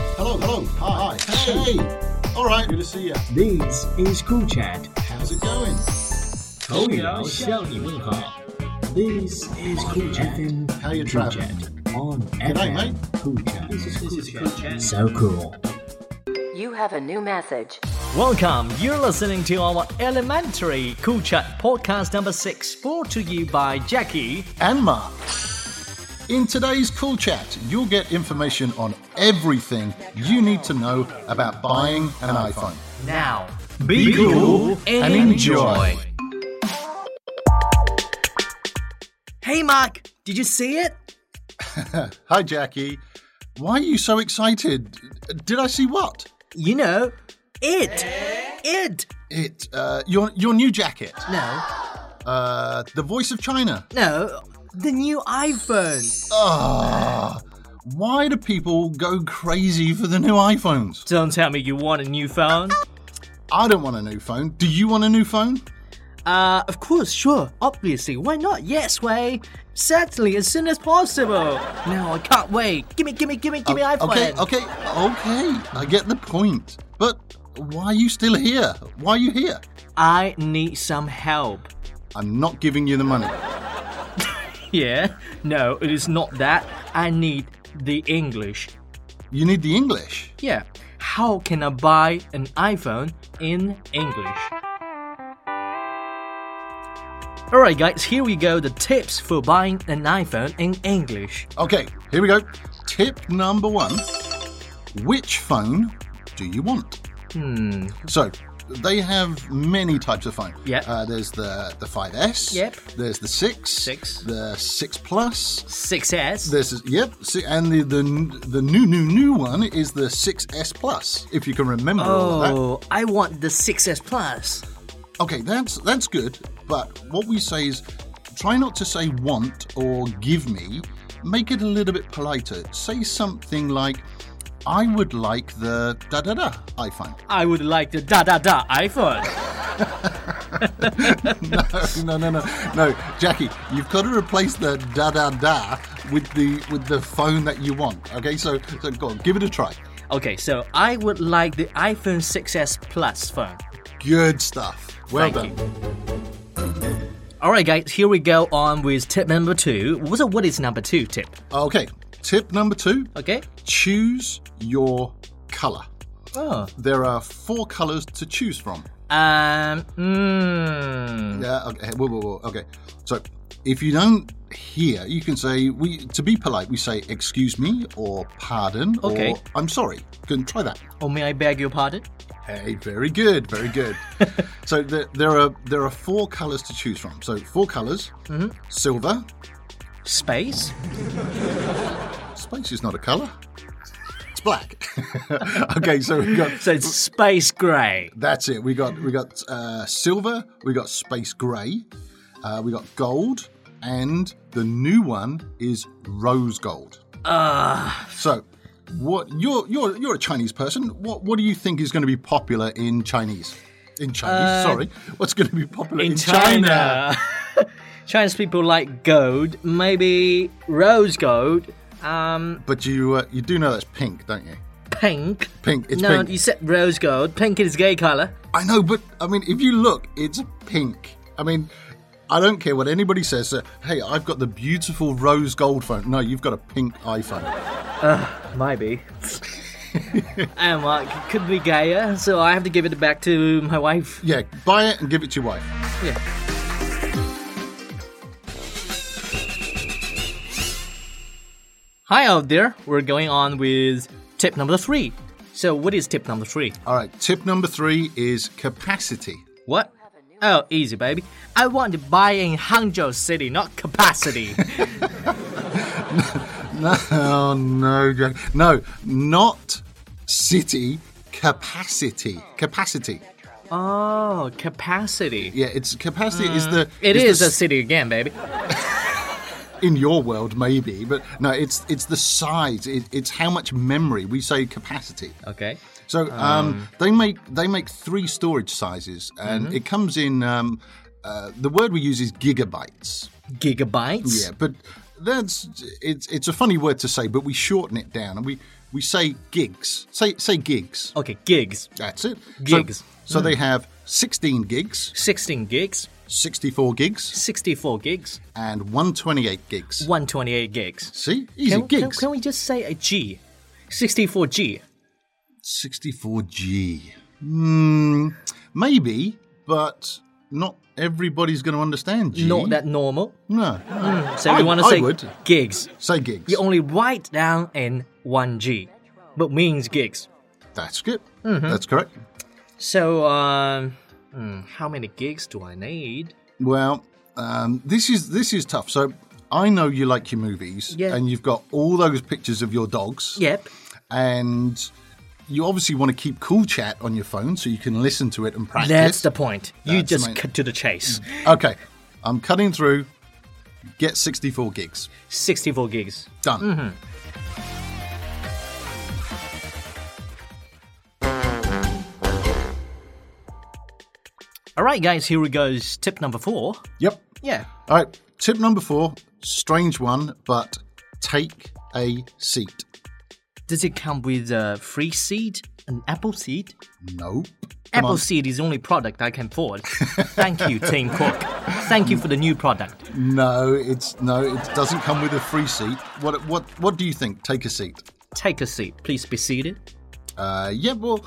Hello, hello. Hi. Hey. All right. Good to see you. This is Cool Chat， How's it going? 口语聊向你问好。This is Cool Chat， How you Cool traveling? Chat on night, FM mate. Cool Chat. So cool. You have a new message. Welcome. You're listening to our elementary Cool Chat podcast number six, brought to you by Jackie. And Mark. In today's Cool Chat, you'll get information on everything you need to know about buying an iPhone. Now, be, cool, and enjoy. Hey, Mark, did you see it? Hi, Jackie. Why are you so excited? Did I see what? You know, it, it. It. Uh, your your new jacket. No, Uh, the voice of China. no, the new iPhone. Ah. Why do people go crazy for the new iPhones? Don't tell me you want a new phone. I don't want a new phone. Do you want a new phone? Uh, of course, sure, obviously, why not? Yes, way. Certainly, as soon as possible. No, I can't wait. Gimme, gimme, gimme, gimme Oh, iPhone. okay, okay, okay. I get the point. But why are you still here? Why are you here? I need some help. I'm not giving you the money. Yeah, no, it is not that. I need the English. You need the English. Yeah. How can I buy an iPhone in English? Alright, guys, here we go the tips for buying an iPhone in English. Okay, here we go. Tip number one Which phone do you want? Hmm, So they have many types of phone. Yep. Uh, there's the the 5S. Yep. There's the 6. Six. The 6 Plus. 6S. This is yep, si- and the, the the new new new one is the 6S Plus. If you can remember all of that. Oh, I want the 6S Plus. Okay, that's that's good. But what we say is, try not to say want or give me. Make it a little bit politer. Say something like, I would like the da da da iPhone. I would like the da da da iPhone. no, no, no, no, Jackie, you've got to replace the da da da with the with the phone that you want. Okay, so so go on, give it a try. Okay, so I would like the iPhone 6S Plus phone. Good stuff. Well Thank done. Alright, guys, here we go on with tip number two. So, what is number two tip? Okay, tip number two: Okay. choose your color. Oh. There are four colors to choose from. Um. Mm, Yeah. Okay. Whoa, whoa, whoa. Okay. So if you don't hear, you can say we to be polite. We say excuse me or pardon Okay. or I'm sorry. Can try that. oh, may I beg your pardon? Hey, very good, very good. so the, there are there are four colours to choose from. So four colors silver. Space. Space is not a colour. It's black. okay, so we got So it's space gray. that's it. We got we got uh, silver. We got space grey. Uh, we got gold, and the new one is rose gold. Ah. So. What you're you're you're a Chinese person. What what do you think is going to be popular in Chinese? In Chinese, sorry. What's going to be popular in, Uh, in China. Chinese people like gold. Maybe rose gold. Um, But you uh, you do know that's pink, don't you? pink. Pink. It's no, pink. you said rose gold. Pink is gay color. I know, but I mean, if you look, it's pink. I mean, I don't care what anybody says. So, hey, I've got the beautiful rose gold phone. No, you've got a pink iPhone. Might be. and like, it could be gayer, so I have to give it back to my wife. Yeah, buy it and give it to your wife. Yeah. Hi out there. We're going on with tip number three. So, what is tip number three? All right. Tip number three is capacity. What? Oh, easy, baby. I want to buy in Hangzhou City, not capacity. No, oh, no, Jack. no, not city capacity. Capacity. oh, capacity. Yeah, it's capacity is the Mm, It is the a city again, baby. in your world maybe but no it's it's the size it, it's how much memory we say capacity Okay. so um, they make they make three storage sizes and Mm-hmm. it comes in um, uh, the word we use is gigabytes Gigabytes? yeah but that's it's it's a funny word to say but we shorten it down and we we say gigs. Say say gigs. Okay, gigs. That's it. Gigs. Hmm. So, so they have 16 gigs, 16 gigs, 64 gigs, 64 gigs, and 128 gigs. 128 gigs. See, easy Can, can, gigs. can we just say a G? 64G. 64G. Hmm, maybe, but not everybody's going to understand G. Not that normal. No. no. So Hmm? I- we want to I say would. gigs. Say gigs. You only write down in 1G, but means gigs. That's good. Mm-hmm. That's correct. So, um, hmm, how many gigs do I need? Well, um, this is this is tough. So I know you like your movies, Yeah. and you've got all those pictures of your dogs, Yep. and you obviously want to keep cool chat on your phone so you can listen to it and practice. That's the point. You That's Hmm. just amazing. cut to the chase. okay. I'm cutting through. Get 64 gigs. 64 gigs. Done. Mm-hmm. All right, guys, here we goes. Tip number four. Yep. Yeah. All right. Tip number four. Strange one, but take a seat. Does it come with a free seed, an apple seed? Nope. Come Apple on. seed is the only product I can afford. Thank you, Team Cook. Thank you for the new product. No, it's no. It doesn't come with a free seat. What what what do you think? Take a seat. Take a seat. Please be seated. Uh, yeah, well,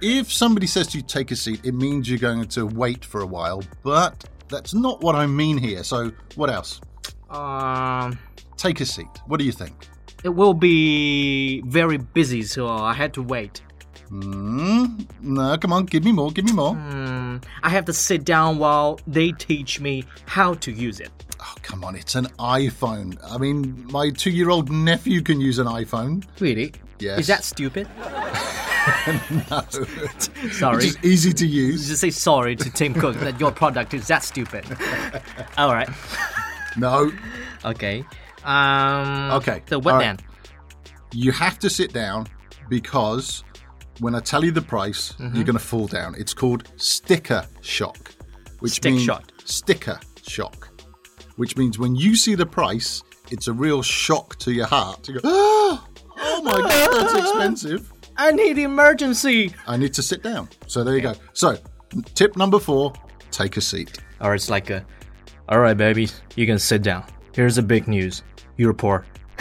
if somebody says to you take a seat, it means you're going to wait for a while, but that's not what I mean here. So, what else? Um, Take a seat. What do you think? it will be very busy, so I had to wait. Hmm? No, come on, give me more, give me more. I have to sit down while they teach me how to use it. Oh, come on, it's an iPhone. I mean, my two year old nephew can use an iPhone. Really? Yes. Is that stupid? No. Sorry. It's just easy to use. Just say sorry to Tim Cook that your product is that stupid. All right. No, Okay. Um, Okay, So what all then? right. you have to sit down because when I tell you the price, Mm-hmm. you're going to fall down. It's called sticker shock, which Stick means shock. sticker shock, which means when you see the price, it's a real shock to your heart. You go, oh, oh my god, that's expensive. I need emergency. I need to sit down. So there you go. So tip number four: take a seat. Or it's like a, all right, baby, you can sit down. Here's the big news. You're poor.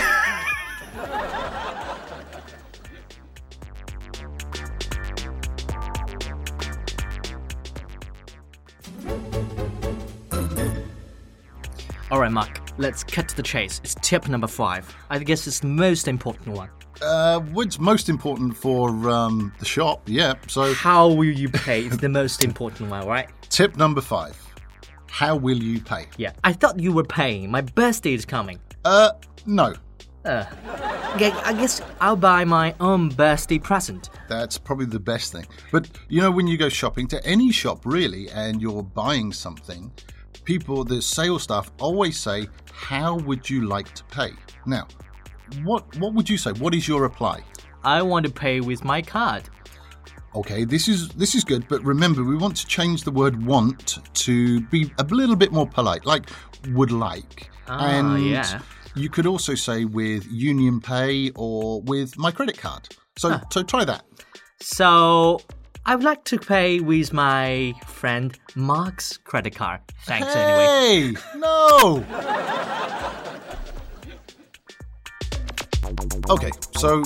All right, Mark, let's cut to the chase. It's tip number five. I guess it's the most important one. Uh, what's most important for um, the shop? Yeah. So How will you pay is the most important one, right? tip number five: how will you pay? Yeah. I thought you were paying. My birthday is coming. Uh, no. Okay, I guess I'll buy my own birthday present. That's probably the best thing. But you know, when you go shopping to any shop really, and you're buying something, people, the sales staff always say, "How would you like to pay?" Now, what what would you say? What is your reply? I want to pay with my card. Okay, this is this is good, but remember, we want to change the word "want" to be a little bit more polite, like "would like." Ah, and yeah. you could also say with Union Pay or with my credit card. So, so try that. So I would like to pay with my friend Mark's credit card. Thanks anyway. Hey, no. Okay, so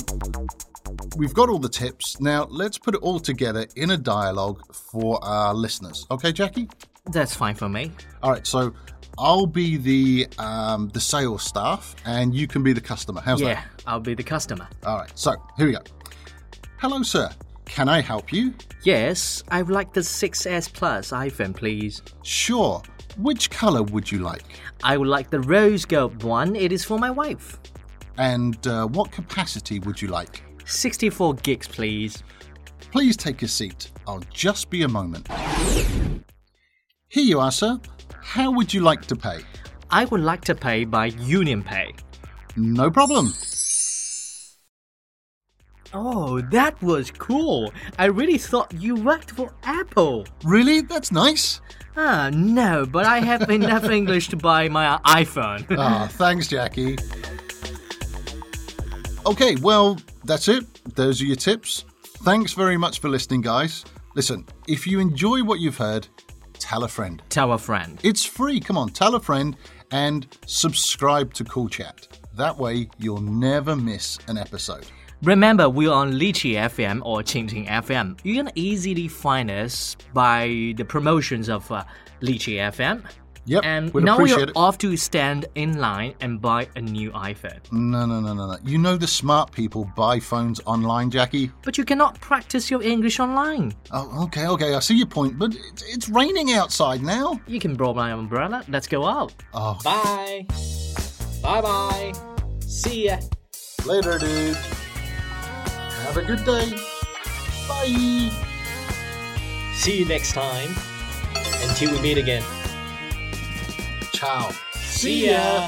we've got all the tips. Now let's put it all together in a dialogue for our listeners. Okay, Jackie. That's fine for me. All right, so I'll be the um, the sales staff, and you can be the customer. How's Yeah, I'll be the customer. that? All right, so here we go. Hello, sir. Can I help you? Yes, I would like the 6S Plus iPhone, please. Sure. Which color would you like? I would like the rose gold one. It is for my wife. And uh, what capacity would you like? 64 gigs, please. Please take a seat. I'll just be a moment. Here you are, sir. How would you like to pay? I would like to pay by UnionPay. No problem. Oh, that was cool. I really thought you worked for Apple. Really? That's nice. Ah, no, but I have enough English to buy my iPhone. Ah, thanks, Jackie. Okay, well, That's it. Those are your tips. Thanks very much for listening, guys. Listen, if you enjoy what you've heard, tell a friend. Tell a friend. It's free. Come on, tell a friend and subscribe to Cool Chat. That way, you'll never miss an episode. Remember, we're on Lychee FM or Qingqing FM. You can easily find us by the promotions of uh, Lychee FM. Yep, And we'd now appreciate you're it. off to stand in line and buy a new iPhone. No, no, no, no, no. You know the smart people buy phones online, Jackie. But you cannot practice your English online. Oh, okay, okay. I see your point, but it's, it's raining outside now. You can borrow my umbrella. Let's go out. Oh, Bye. Bye bye. See ya. later, dude. Have a good day. Bye. See you next time. Until we meet again. Ciao. See ya.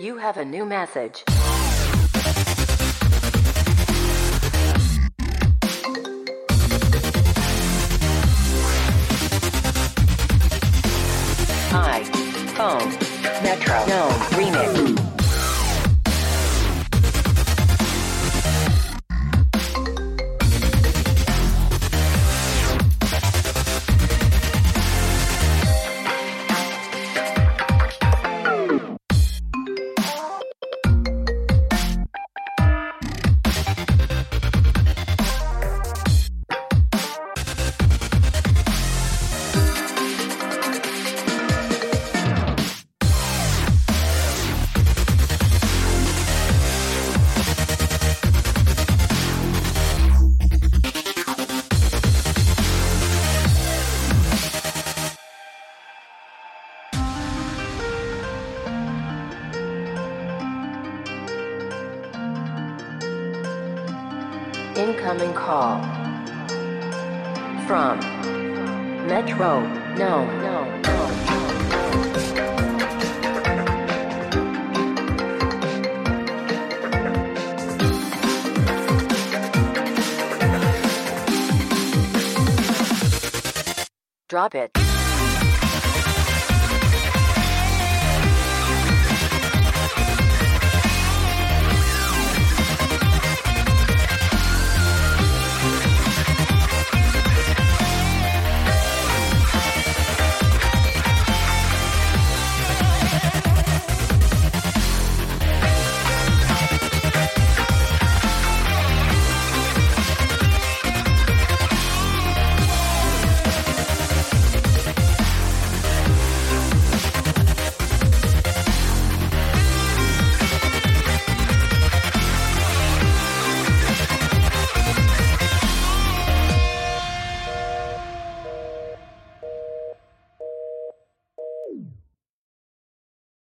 You have a new message. Hi. Phone. Metronome. Remix. Incoming call from Metro. No, no, no. no. Drop it.